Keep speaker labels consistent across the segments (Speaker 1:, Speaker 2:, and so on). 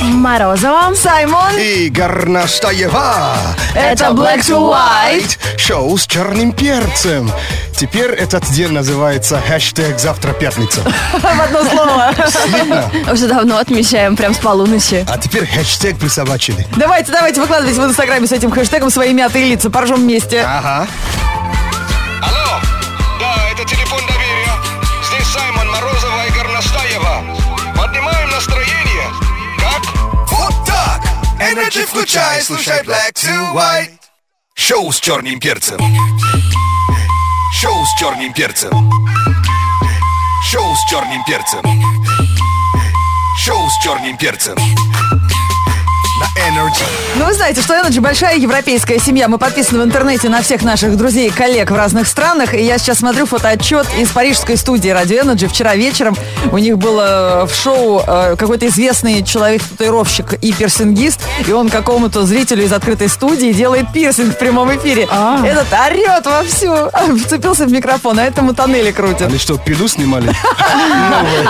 Speaker 1: Морозова.
Speaker 2: Саймон.
Speaker 3: И Горнаштаева.
Speaker 1: Это Black to White.
Speaker 3: Шоу с черным перцем. Теперь этот день называется хэштег «Завтра пятница».
Speaker 2: В одно слово.
Speaker 3: Слитно.
Speaker 1: Уже давно отмечаем, прям с полуночи.
Speaker 3: А теперь хэштег присобачили.
Speaker 2: Давайте, давайте, выкладывайте в Инстаграме с этим хэштегом свои мятые лица. Поржем вместе.
Speaker 3: Ага.
Speaker 4: Алло, да, это телефон доверия. Здесь Саймон Морозова и Горностаева. Поднимаем настроение. Как?
Speaker 3: Вот так. Energy включай, слушай Black to White.
Speaker 4: Шоу с черным перцем. Шоу с черным перцем. Шоу с черным перцем. Шоу с черным перцем.
Speaker 3: На Energy.
Speaker 2: Ну, вы знаете, что Energy большая европейская семья. Мы подписаны в интернете на всех наших друзей и коллег в разных странах. И я сейчас смотрю фотоотчет из парижской студии Radio Energy. Вчера вечером у них был э, в шоу э, какой-то известный человек-татуировщик и пирсингист. И он какому-то зрителю из открытой студии делает пирсинг в прямом эфире.
Speaker 1: А.
Speaker 2: Этот орет вовсю. Вцепился в микрофон, а этому тоннели крутит.
Speaker 3: Они что, пилу снимали?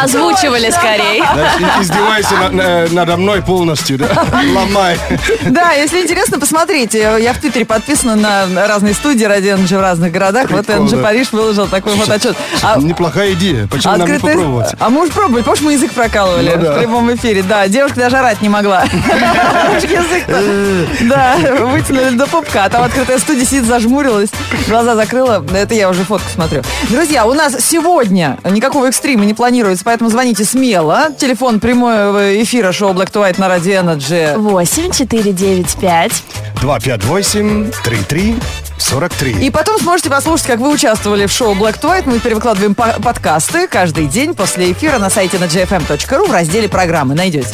Speaker 1: Озвучивали скорее.
Speaker 3: Да, и- Издевайся на- на- надо мной полностью, да?
Speaker 1: А
Speaker 3: Ломай.
Speaker 2: Да, если интересно, посмотрите. Я в Твиттере подписана на разные студии ради NG в разных городах. Вот
Speaker 3: Прикол,
Speaker 2: NG
Speaker 3: да.
Speaker 2: Париж выложил такой фотоотчет. А-
Speaker 3: Неплохая идея. Почему нам не
Speaker 2: открытая-
Speaker 3: попробовать?
Speaker 2: А мы уже пробовали. Помнишь, мы язык прокалывали
Speaker 3: Ну да.
Speaker 2: в прямом эфире? Да, девушка даже орать не могла. Уж
Speaker 3: Э.
Speaker 2: язык-то. Да, вытянули до пупка. А там открытая студия сидит, зажмурилась, глаза закрыла. Да, Это я уже фотку смотрю. Друзья, у нас сегодня никакого экстрима не планируется, поэтому звоните смело. Телефон прямого эфира шоу Black to White на Radio Energy.
Speaker 1: 8 4 9 5.
Speaker 3: 258 33 43.
Speaker 2: И потом сможете послушать, как вы участвовали в шоу Black to White. Мы перевыкладываем по- подкасты каждый день после эфира на сайте на gfm.ru в разделе программы. Найдете.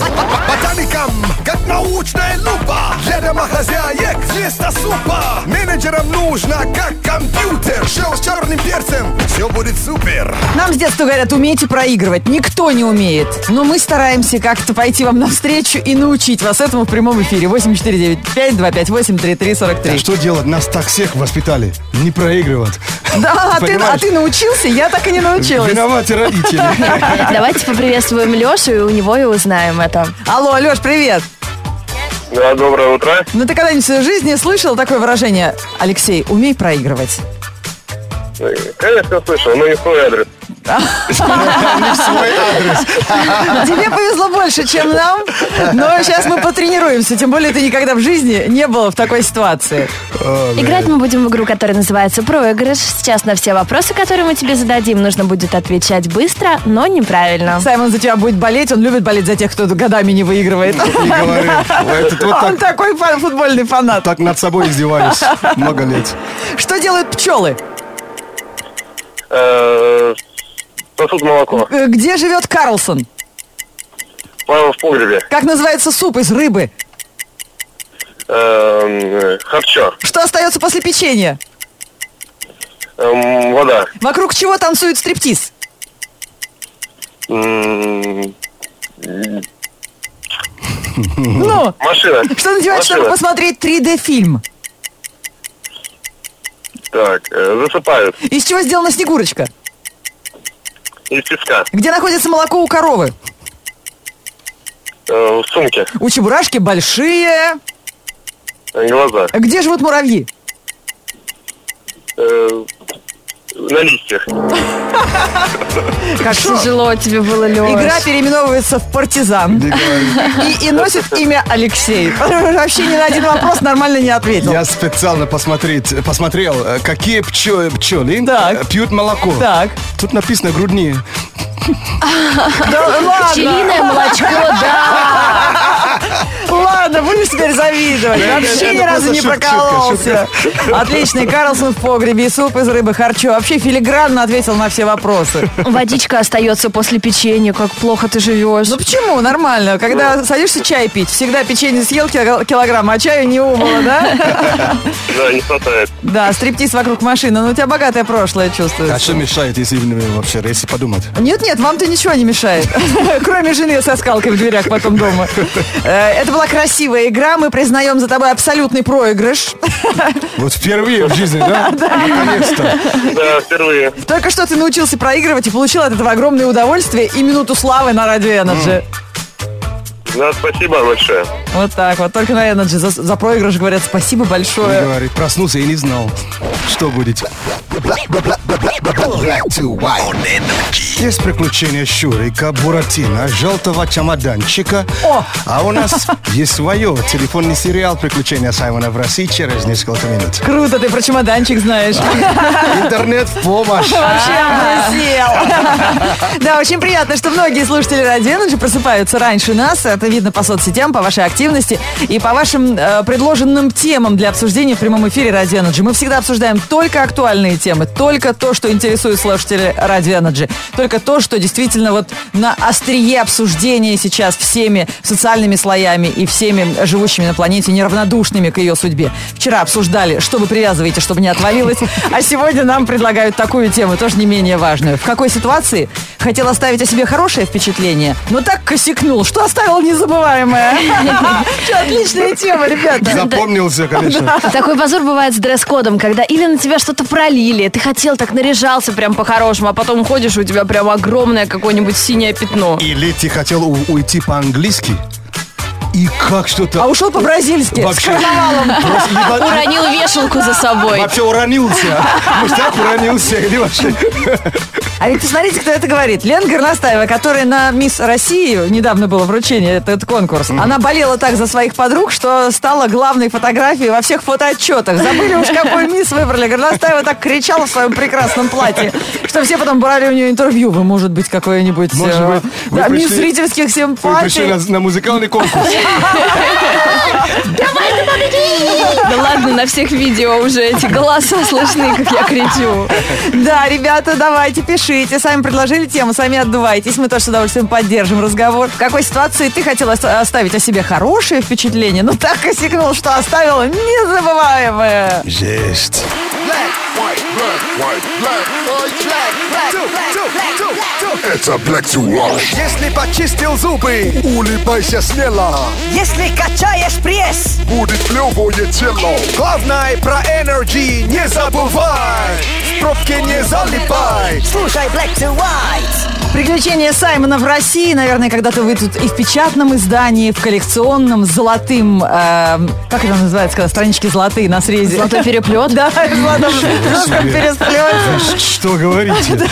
Speaker 3: Ботаникам, как научная лупа Для домохозяек вместо супа Менеджерам нужно, как компьютер Шоу с черным перцем, все будет супер
Speaker 2: Нам с детства говорят, умейте проигрывать. Никто не умеет. Но мы стараемся как-то пойти вам навстречу и научить вас этому в прямом эфире. 8495-258-3343.
Speaker 3: а что делать? Нас так всех воспитали. Не проигрывать.
Speaker 2: Да, а ты, а
Speaker 3: Понимаешь?
Speaker 2: ты научился? Я так и не научилась.
Speaker 3: Виноваты родители.
Speaker 1: Давайте поприветствуем Лешу, и у него и узнаем это.
Speaker 2: Алло, Алеш, привет.
Speaker 5: Да, доброе утро.
Speaker 2: Ну ты когда-нибудь в своей жизни слышал такое выражение? Алексей, умей проигрывать.
Speaker 5: Э, Конечно, слышал, но не в свой адрес.
Speaker 3: Свой адрес.
Speaker 2: Тебе повезло больше, чем нам, но сейчас мы потренируемся. Тем более ты никогда в жизни не был в такой ситуации.
Speaker 1: Играть мы будем в игру, которая называется «Проигрыш». Сейчас на все вопросы, которые мы тебе зададим, нужно будет отвечать быстро, но неправильно.
Speaker 2: Саймон за тебя будет болеть, он любит болеть за тех, кто годами не выигрывает.
Speaker 3: Не говори. Этот вот
Speaker 2: Он
Speaker 3: так-
Speaker 2: такой фа- футбольный фанат.
Speaker 3: так над собой издеваюсь много лет.
Speaker 2: Что делают пчелы?
Speaker 5: Э, Сосуд молоко.
Speaker 2: Э, Где живет Карлсон?
Speaker 5: Павел в погребе.
Speaker 2: Как называется суп из рыбы?
Speaker 5: Э, Харчо.
Speaker 2: Что остается после печенья?
Speaker 5: Эм, Вода.
Speaker 2: Вокруг чего танцует стриптиз?
Speaker 5: М,
Speaker 2: Ну,
Speaker 5: Машина.
Speaker 2: что надевать, чтобы
Speaker 5: Машина.
Speaker 2: посмотреть 3D-фильм?
Speaker 5: Так, э, засыпают.
Speaker 2: Из чего сделана Снегурочка?
Speaker 5: Из песка.
Speaker 2: Где находится молоко у коровы?
Speaker 5: Э, В сумке.
Speaker 2: У чебурашки большие.
Speaker 5: Э, Глаза.
Speaker 2: Где живут муравьи?
Speaker 5: Э, На листьях.
Speaker 2: Как
Speaker 1: Тяжело тебе было, Леш.
Speaker 2: Игра переименовывается в «Партизан»
Speaker 3: Не говори.
Speaker 2: и, и носит имя Алексей. Вообще ни на один вопрос нормально не ответил.
Speaker 3: Я специально посмотреть, посмотрел, э, какие пчё- пчелы
Speaker 2: Так.
Speaker 3: э, пьют молоко.
Speaker 2: Так.
Speaker 3: Тут написано груднее.
Speaker 2: Да ладно,
Speaker 1: Пчелиное молочко, да.
Speaker 2: ладно, будешь теперь завидовать.
Speaker 3: Да,
Speaker 2: Вообще
Speaker 3: это
Speaker 2: ни разу
Speaker 3: просто
Speaker 2: не
Speaker 3: шутка,
Speaker 2: прокололся. Отличный Карлсон в погребе, и суп из рыбы, харчо. Вообще филигранно ответил на все вопросы.
Speaker 1: Водичка остается после печенья, как плохо ты живешь.
Speaker 2: Ну почему? Нормально.
Speaker 3: Ну.
Speaker 2: Когда садишься чай пить, всегда печенье съел кило- килограмм, а чаю не умыло, да?
Speaker 5: Да, не хватает.
Speaker 2: Да, стриптиз вокруг машины. Ну у тебя богатое прошлое чувствуется.
Speaker 3: А что мешает, если э, вообще, если подумать?
Speaker 2: Нет-нет, вам-то ничего не мешает. Кроме жены со скалкой в дверях потом дома. Э, Это была красивая игра. Мы признаем за тобой абсолютный проигрыш.
Speaker 3: Вот впервые в жизни, да? Наконец-то.
Speaker 5: Да, впервые.
Speaker 2: Только что ты научился проигрывать и получил от этого огромное удовольствие и минуту славы на радио Energy.
Speaker 5: Да, спасибо большое.
Speaker 2: Вот так вот. Только на Energy за, за проигрыш говорят спасибо большое.
Speaker 3: Говорит, проснулся и не знал, что будет.
Speaker 4: Black to white. On energy.
Speaker 3: Есть приключения Шурика, Буратино, желтого чемоданчика.
Speaker 2: О!
Speaker 3: А у нас есть свое телефонный сериал «Приключения Саймона в России» через несколько минут.
Speaker 2: Круто, ты про чемоданчик знаешь.
Speaker 3: Интернет в помощь.
Speaker 2: Вообще обалдел. А. Да, очень приятно, что многие слушатели Радио Energy просыпаются раньше нас. Это видно по соцсетям, по вашей активности и по вашим э, предложенным темам для обсуждения в прямом эфире Радио Energy. Мы всегда обсуждаем только актуальные темы, только то, что интересует слушателей Радио Energy, только то, что действительно вот на острие обсуждения сейчас всеми социальными слоями и всеми живущими на планете неравнодушными к ее судьбе. Вчера обсуждали, что вы привязываете, чтобы не отвалилось, а сегодня нам предлагают такую тему, тоже не менее важную. В какой ситуации хотел оставить о себе хорошее впечатление, но так косякнул, что оставил незабываемое. Что, Отличная тема, ребята.
Speaker 3: Запомнился, конечно.
Speaker 1: Такой позор бывает с дресс-кодом, когда или на тебя что-то пролили, ты хотел так наряжался прям по-хорошему, а потом ходишь, и у тебя прям огромное какое-нибудь синее пятно.
Speaker 3: Или ты хотел у- уйти по-английски? И как что-то...
Speaker 2: А ушел по-бразильски.
Speaker 3: Вообще. Просто ебать-
Speaker 1: Уронил вешалку за собой.
Speaker 3: Вообще уронился. Мустак уронился. Или вообще...
Speaker 2: А ведь посмотрите, кто это говорит. Лена Горностаева, которая на Мисс России, недавно было вручение, это- этот конкурс, она болела так за своих подруг, что стала главной фотографией во всех фотоотчетах. Забыли уж, какой Мисс выбрали. Горностаева так кричала в своем прекрасном платье, что все потом брали у нее интервью. Вы, может быть, какое-нибудь...
Speaker 3: Может
Speaker 2: э,
Speaker 3: быть, вы
Speaker 2: да, Мисс
Speaker 3: пришли-
Speaker 2: зрительских
Speaker 3: Вы пришли на,
Speaker 2: симпатий.
Speaker 3: на музыкальный конкурс.
Speaker 1: Да ладно, на всех видео уже эти голоса слышны, как я кричу.
Speaker 2: Да, ребята, давайте, пишите. Сами предложили тему, сами отдувайтесь. Мы тоже с удовольствием поддержим разговор. В какой ситуации ты хотела оста- оставить о себе хорошее впечатление, но так косякнул, что оставила незабываемое.
Speaker 3: Жесть.
Speaker 4: Это black to white.
Speaker 6: Если почистил зубы, улыбайся смело.
Speaker 7: Если качаешь пресс,
Speaker 6: Будет клевое тело. Главное про энергии не забывай. В пробке не залипай.
Speaker 7: слушай Black to White.
Speaker 2: Приключения Саймона в России, наверное, когда-то выйдут и в печатном издании, в коллекционном, с золотым, эм, как это называется, когда странички золотые на срезе?
Speaker 1: Золотой А переплет.
Speaker 2: Да, в золотом жестком
Speaker 3: себе.
Speaker 2: перестрелке.
Speaker 3: Что говорите?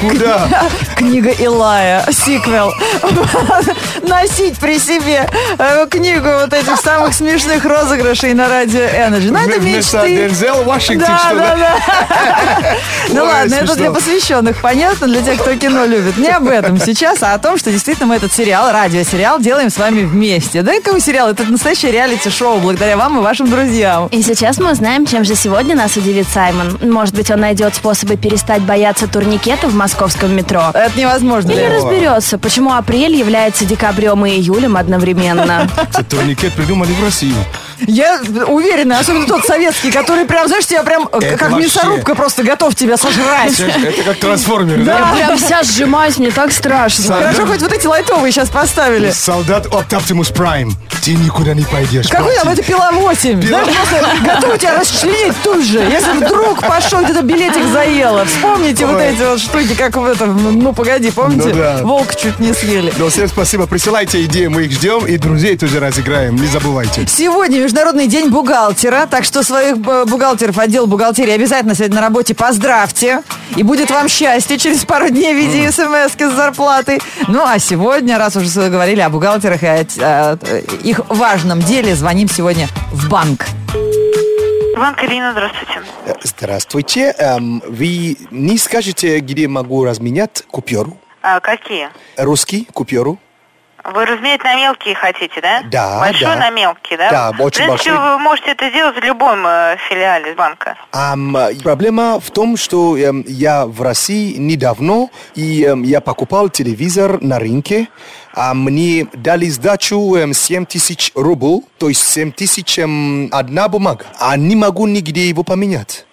Speaker 3: Куда?
Speaker 2: Книга Илая, сиквел. Носить при себе э, книгу вот этих самых смешных розыгрышей на радио Energy. Ну, это
Speaker 3: Вместо
Speaker 2: мечты.
Speaker 3: Дензел Вашингтон,
Speaker 2: Да,
Speaker 3: что
Speaker 2: да,
Speaker 3: ли?
Speaker 2: да. Ну
Speaker 3: Ой,
Speaker 2: ладно, это
Speaker 3: смешно.
Speaker 2: для посвященных, понятно, для тех, кто кино любит. Не об этом сейчас, а о том, что действительно мы этот сериал, радиосериал, делаем с вами вместе. Да и какой сериал? Это настоящее реалити-шоу, благодаря вам и вашим друзьям.
Speaker 1: И сейчас мы узнаем, чем же сегодня нас удивит Саймон. Может быть, он найдет способы перестать бояться турникета в московском метро.
Speaker 2: Это невозможно.
Speaker 1: Или
Speaker 2: реально.
Speaker 1: разберется, почему апрель является декабрем и июлем одновременно.
Speaker 3: Этот турникет придумали в России.
Speaker 2: Я уверена, особенно тот советский, который прям, знаешь, тебя прям э,
Speaker 3: Это
Speaker 2: как
Speaker 3: вообще.
Speaker 2: мясорубка просто готов тебя сожрать.
Speaker 3: Это как трансформеры, да?
Speaker 1: Я прям вся сжимаюсь, мне так страшно.
Speaker 2: Ну, Хорошо, хоть вот эти лайтовые сейчас поставили.
Speaker 3: Солдат Оптимус Прайм. Ты никуда не пойдешь.
Speaker 2: Какой там
Speaker 3: братик.
Speaker 2: это пила 8? Знаешь, просто готовы тебя расчленить тут же. Если вдруг пошел, где-то билетик заело. Вспомните вот
Speaker 3: Ой.
Speaker 2: эти вот штуки, как в этом, ну погоди, помните?
Speaker 3: Ну да.
Speaker 2: Волк чуть не съели.
Speaker 3: Ну, всем спасибо. Присылайте идеи, мы их ждем. И друзей тоже разыграем. Не забывайте.
Speaker 2: Сегодня Международный день бухгалтера, так что своих б- бухгалтеров, отдел бухгалтерии обязательно сегодня на работе поздравьте. И будет вам счастье через пару дней в виде смс с зарплатой. Ну а сегодня, раз уже говорили о бухгалтерах и о, т- о т- их важном деле, звоним сегодня в банк.
Speaker 8: Банк Ирина, здравствуйте.
Speaker 9: Здравствуйте. Эм, Вы не скажете, где могу разменять купюру?
Speaker 8: А, какие?
Speaker 9: Русский купюру?
Speaker 8: Вы разменять на мелкие хотите, да?
Speaker 9: Да,
Speaker 8: Большой
Speaker 9: да.
Speaker 8: на мелкий, да?
Speaker 9: Да, очень
Speaker 8: В принципе,
Speaker 9: большой.
Speaker 8: вы можете это делать в любом э, филиале банка.
Speaker 9: Ам, э, проблема в том, что эм, я в России недавно, и эм, я покупал телевизор на рынке, а мне дали сдачу эм, 7 тысяч рубль, то есть 7 тысяч эм, одна бумага, а не могу нигде его поменять.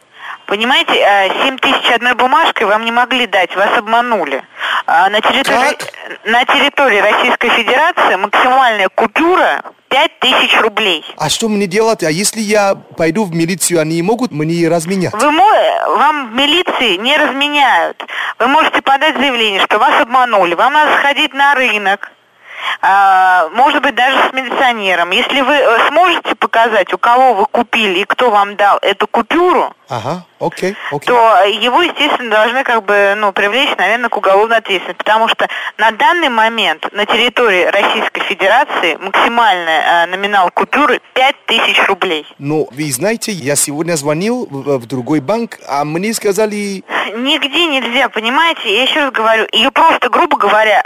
Speaker 8: Понимаете, э, 7 тысяч одной бумажкой вам не могли дать, вас обманули. А На территории, на территории Российской Федерации максимальная купюра 5 тысяч рублей.
Speaker 9: А что мне делать? А если я пойду в милицию, они могут мне разменять?
Speaker 8: Вы мо- вам в милиции не разменяют. Вы можете подать заявление, что вас обманули. Вам надо сходить на рынок. а, может быть, даже с милиционером. Если вы э, сможете показать, у кого вы купили и кто вам дал эту купюру,
Speaker 9: Ага, окей, окей.
Speaker 8: то его, естественно, должны как бы ну, привлечь, наверное, к уголовной ответственности. Потому что на данный момент на территории Российской Федерации максимальный э, номинал купюры 5000 рублей.
Speaker 9: Но Ну, вы знаете, я сегодня звонил в, в другой банк, а мне сказали,
Speaker 8: Нигде нельзя, понимаете? Я еще раз говорю, ее просто, грубо говоря,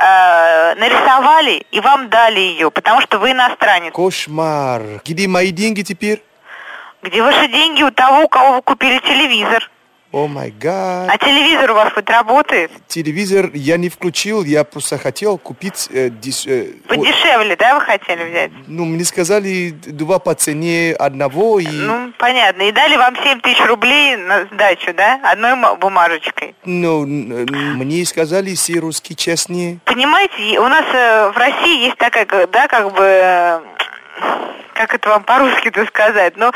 Speaker 8: э, нарисовали и вам дали ее, потому что вы иностранец.
Speaker 9: кошмар, где мои деньги теперь?
Speaker 8: Где ваши деньги у того, у кого вы купили телевизор?
Speaker 9: О май гад.
Speaker 8: А телевизор у вас хоть работает?
Speaker 9: Телевизор я не включил, я просто хотел купить... э, дис- э, о-
Speaker 8: Подешевле, да, вы хотели взять?
Speaker 9: ну, мне сказали два по цене одного и...
Speaker 8: Ну, понятно. И дали вам 7 тысяч рублей на сдачу, да? Одной м- бумажечкой.
Speaker 9: Ну, н- н- мне сказали, все русские честные.
Speaker 8: Понимаете, у нас э, в России есть такая, как- да, как бы... э, Как это вам по-русски-то сказать? Ну,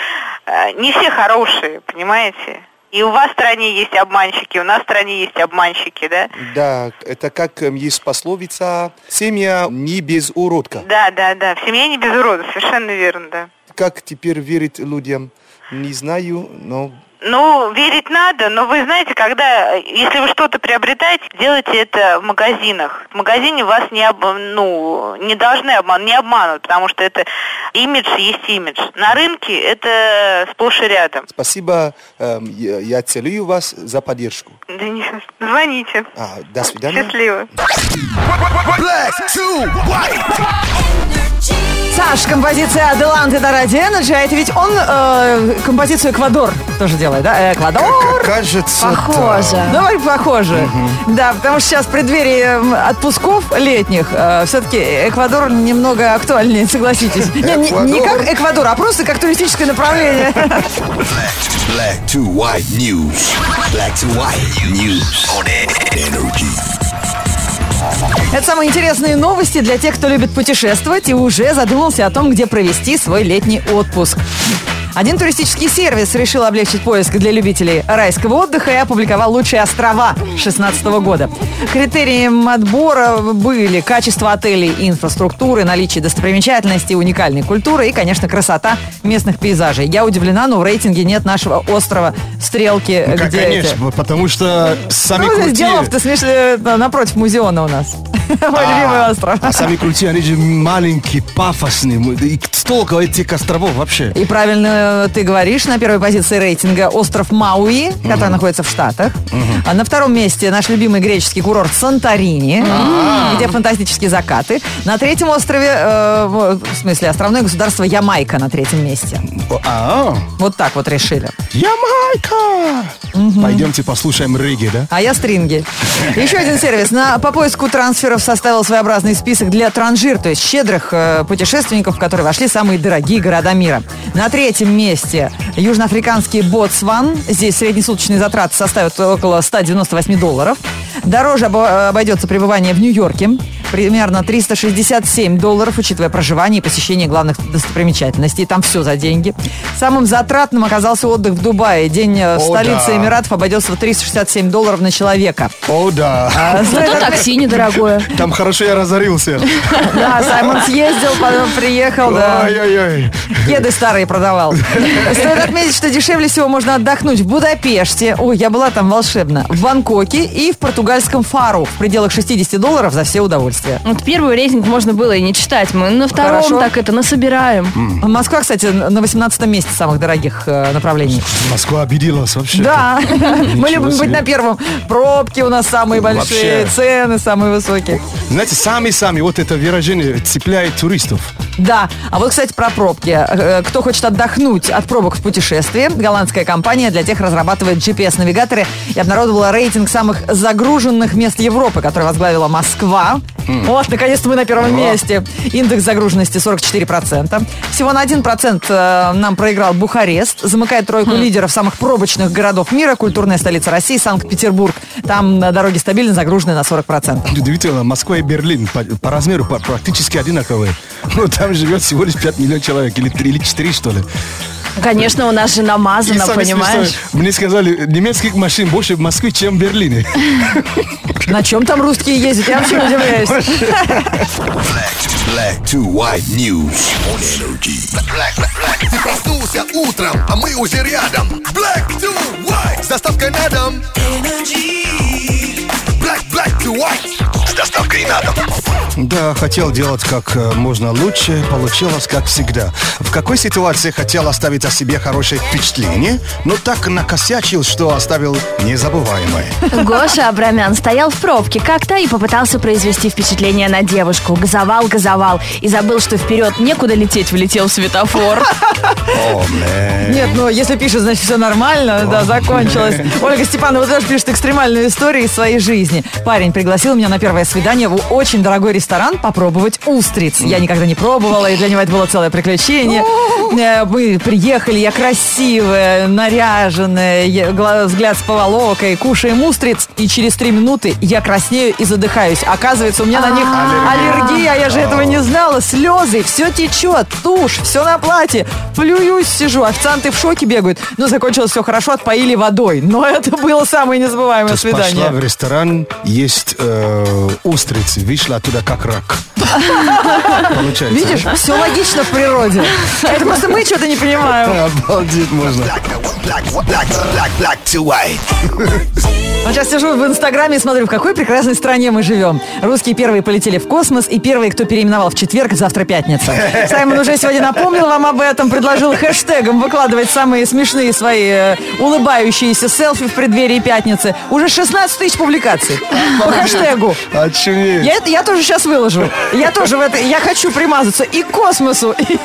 Speaker 8: э, не все хорошие, понимаете? И у вас в стране есть обманщики, у нас в стране есть обманщики, да?
Speaker 9: Да, это как эм, есть пословица «семья не без уродка».
Speaker 8: Да, да, да. В семье не без урода, совершенно верно, да.
Speaker 9: Как теперь верить людям, не знаю, но...
Speaker 8: Ну, верить надо, но вы знаете, когда, э, если вы что-то приобретаете, делайте это в магазинах. В магазине вас не, об- ну, не должны обман, не обманут, потому что это имидж есть имидж. На рынке это сплошь и рядом.
Speaker 9: Спасибо, эм, я, я целую вас за поддержку.
Speaker 8: Да не, звоните.
Speaker 9: А, до свидания.
Speaker 8: Счастливо.
Speaker 6: Black to white.
Speaker 2: Саш, композиция Аделанты на Радио Energy, а это ведь он э, композицию «Эквадор» тоже делает, да? «Эквадор».
Speaker 3: Кажется,
Speaker 1: Похоже.
Speaker 2: Давай похоже. Да, потому что сейчас в преддверии м, отпусков летних все-таки Эквадор немного актуальнее, согласитесь. Не, не- не
Speaker 9: Эквадор.
Speaker 2: как Эквадор, а просто как туристическое направление.
Speaker 4: Black to white news. Black to white news on energy.
Speaker 2: Это самые интересные новости для тех, кто любит путешествовать и уже задумался о том, где провести свой летний отпуск. Один туристический сервис решил облегчить поиск для любителей райского отдыха и опубликовал лучшие острова 2016 года. Критерием отбора были качество отелей и инфраструктуры, наличие достопримечательностей, уникальной культуры и, конечно, красота местных пейзажей. Я удивлена, но в рейтинге нет нашего острова Стрелки,
Speaker 3: Ну, как,
Speaker 2: где
Speaker 3: конечно,
Speaker 2: эти-
Speaker 3: потому что
Speaker 2: ну,
Speaker 3: сами
Speaker 2: здесь
Speaker 3: крутые.
Speaker 2: делов-то смешно э, напротив музеона у нас. Мой любимый остров.
Speaker 3: А сами крутые, они же маленькие, пафосные. Мы- И столько этих островов вообще.
Speaker 2: И правильно ты говоришь, на первой позиции рейтинга остров Мауи, который находится в Штатах. А на втором месте наш любимый греческий курорт Санторини,
Speaker 3: А.
Speaker 2: где фантастические закаты. На третьем острове, э, в смысле, островное государство Ямайка на третьем месте.
Speaker 3: А,
Speaker 2: Вот так вот решили.
Speaker 3: Ямайка! Пойдемте послушаем Риги, да?
Speaker 2: А я стринги. Еще один сервис. На, по поиску трансферов составил своеобразный список для транжир, то есть щедрых э, путешественников, в которые вошли самые дорогие города мира. На третьем месте южноафриканский Ботсван. Здесь среднесуточные затраты составят около 198 долларов. Дороже обо- обойдется пребывание в Нью-Йорке. Примерно 367 долларов, учитывая проживание и посещение главных достопримечательностей. Там все за деньги. Самым затратным оказался отдых в Дубае. День э, в
Speaker 3: О,
Speaker 2: столице
Speaker 3: да.
Speaker 2: Эмиратов обойдется в 367 долларов на человека.
Speaker 3: О, да.
Speaker 2: А.
Speaker 1: Зато такси недорогое.
Speaker 3: Там хорошо я разорился.
Speaker 2: Да, Саймон съездил, потом приехал, да.
Speaker 3: Ой-ой-ой.
Speaker 2: Кеды старые продавал. Стоит отметить, что дешевле всего можно отдохнуть в Будапеште. Ой, я была там волшебно. В Бангкоке и в португальском Фару. В пределах 60 долларов за все удовольствия.
Speaker 1: Вот первый рейтинг можно было и не читать. Мы на втором
Speaker 2: Хорошо.
Speaker 1: так это насобираем.
Speaker 2: Москва, кстати, на 18 месте самых дорогих э, направлений.
Speaker 3: Москва обиделась вообще.
Speaker 2: Да, мы любим
Speaker 3: себе.
Speaker 2: быть на первом. Пробки у нас самые большие,
Speaker 3: Вообще.
Speaker 2: цены самые высокие.
Speaker 3: Знаете, сами-сами вот это выражение цепляет туристов.
Speaker 2: Да, а вот, кстати, про пробки. Э, Кто хочет отдохнуть от пробок в путешествии, голландская компания для тех разрабатывает GPS-навигаторы и обнародовала рейтинг самых загруженных мест Европы, который возглавила Москва. Вот, наконец-то мы на первом месте. Индекс загруженности 44%. Всего на 1% э, нам проиграл Бухарест. Замыкает тройку лидеров самых пробочных городов мира, культурная столица России, Санкт-Петербург. Там э, дороги стабильно загружены на 40%.
Speaker 3: Удивительно, Москва и Берлин по, по размеру по- практически одинаковые. Но там живет всего лишь 5 миллионов человек, или 3, или 4, что ли.
Speaker 1: Конечно, у нас же
Speaker 3: И
Speaker 1: намазано,
Speaker 3: самое смешное,
Speaker 1: понимаешь?
Speaker 3: мне сказали, немецких машин больше в Москве, чем в Берлине.
Speaker 2: На чем там русские ездят? Я вообще удивляюсь.
Speaker 4: Black to, black to white news on energy.
Speaker 6: Black, Black. Ты проснулся утром, а мы уже рядом. Black to white. С доставкой на дом. Black, black to white. С доставкой на дом.
Speaker 3: Да, хотел делать как э, можно лучше, получилось как всегда. В какой ситуации хотел оставить о себе хорошее впечатление, но так накосячил, что оставил незабываемое.
Speaker 1: Гоша Абрамян стоял в пробке как-то и попытался произвести впечатление на девушку. Газовал, газовал и забыл, что вперед некуда лететь, влетел в светофор.
Speaker 3: О, мэ.
Speaker 2: Нет, ну если пишет, значит все нормально, да, закончилось. Ольга Степанова тоже пишет экстремальную историю из своей жизни. Парень пригласил меня на первое свидание в очень дорогой ресторан попробовать устриц. Я никогда не пробовала, и для него это было целое приключение. Э, Мы приехали, я красивая, наряженная, я- гла- взгляд с поволокой, кушаем устриц, и через три минуты я краснею и задыхаюсь. Оказывается, у меня на них аллергия, я же этого не знала, слезы, все течет, тушь, все на платье. Плююсь, сижу, официанты в шоке бегают. Но закончилось все хорошо, отпоили водой. Но это было самое незабываемое
Speaker 3: То есть пошла в
Speaker 2: свидание.
Speaker 3: ресторан есть э, устрицы, вышла оттуда как рак. Получается.
Speaker 2: Видишь, все логично в природе. Это просто мы что-то не понимаем.
Speaker 3: Обалдеть можно.
Speaker 4: Black, black, black, black to white.
Speaker 2: Вот сейчас сижу в Инстаграме и смотрю, в какой прекрасной стране мы живем. Русские первые полетели в космос, и первые, кто переименовал в четверг, завтра пятница. Саймон уже сегодня напомнил вам об этом, предложил хэштегом выкладывать самые смешные свои э, улыбающиеся селфи в преддверии пятницы. Уже 16 тысяч публикаций по хэштегу.
Speaker 3: Очуметь.
Speaker 2: Я, это, я тоже сейчас выложу. Я тоже в это, я хочу примазаться и к космосу. и-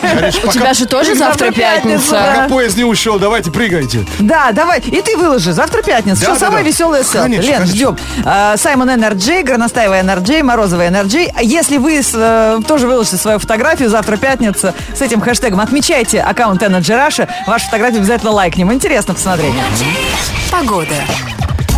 Speaker 1: У тебя же тоже
Speaker 2: и
Speaker 1: завтра пятница.
Speaker 3: Пока поезд не ушел, давайте прыгайте.
Speaker 2: Да, давай. И ты выложи. Завтра пятница.
Speaker 3: Да,
Speaker 2: Все
Speaker 3: да,
Speaker 2: самое
Speaker 3: да.
Speaker 2: веселое селфи.
Speaker 3: Конечно,
Speaker 2: Лен,
Speaker 3: конечно.
Speaker 2: ждем. А, Саймон Энерджей, Горностаева Энерджей, Морозова Энерджей. А Если вы с, э, тоже выложите свою фотографию завтра пятница с этим хэштегом, отмечайте аккаунт Energy Russia. Вашу фотографию обязательно лайкнем. Интересно посмотреть.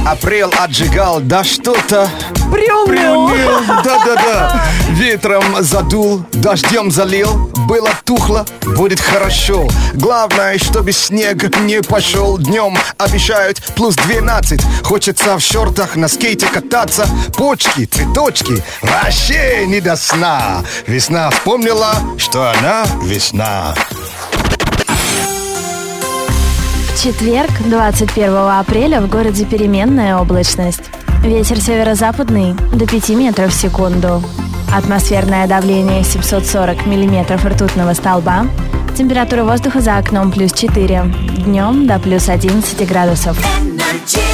Speaker 3: Апрель отжигал, да что-то
Speaker 2: Приуныл.
Speaker 3: приуныл. Да-да-да. Ветром задул, дождем залил. Было тухло, будет хорошо. Главное, чтобы снег не пошел. Днем обещают плюс 12. Хочется в шортах на скейте кататься. Почки, цветочки, вообще не до сна. Весна вспомнила, что она весна.
Speaker 1: В четверг, 21 апреля, в городе переменная облачность. Ветер северо-западный до 5 метров в секунду. Атмосферное давление 740 миллиметров ртутного столба. Температура воздуха за окном плюс 4. Днем до плюс 11 градусов.
Speaker 7: Energy.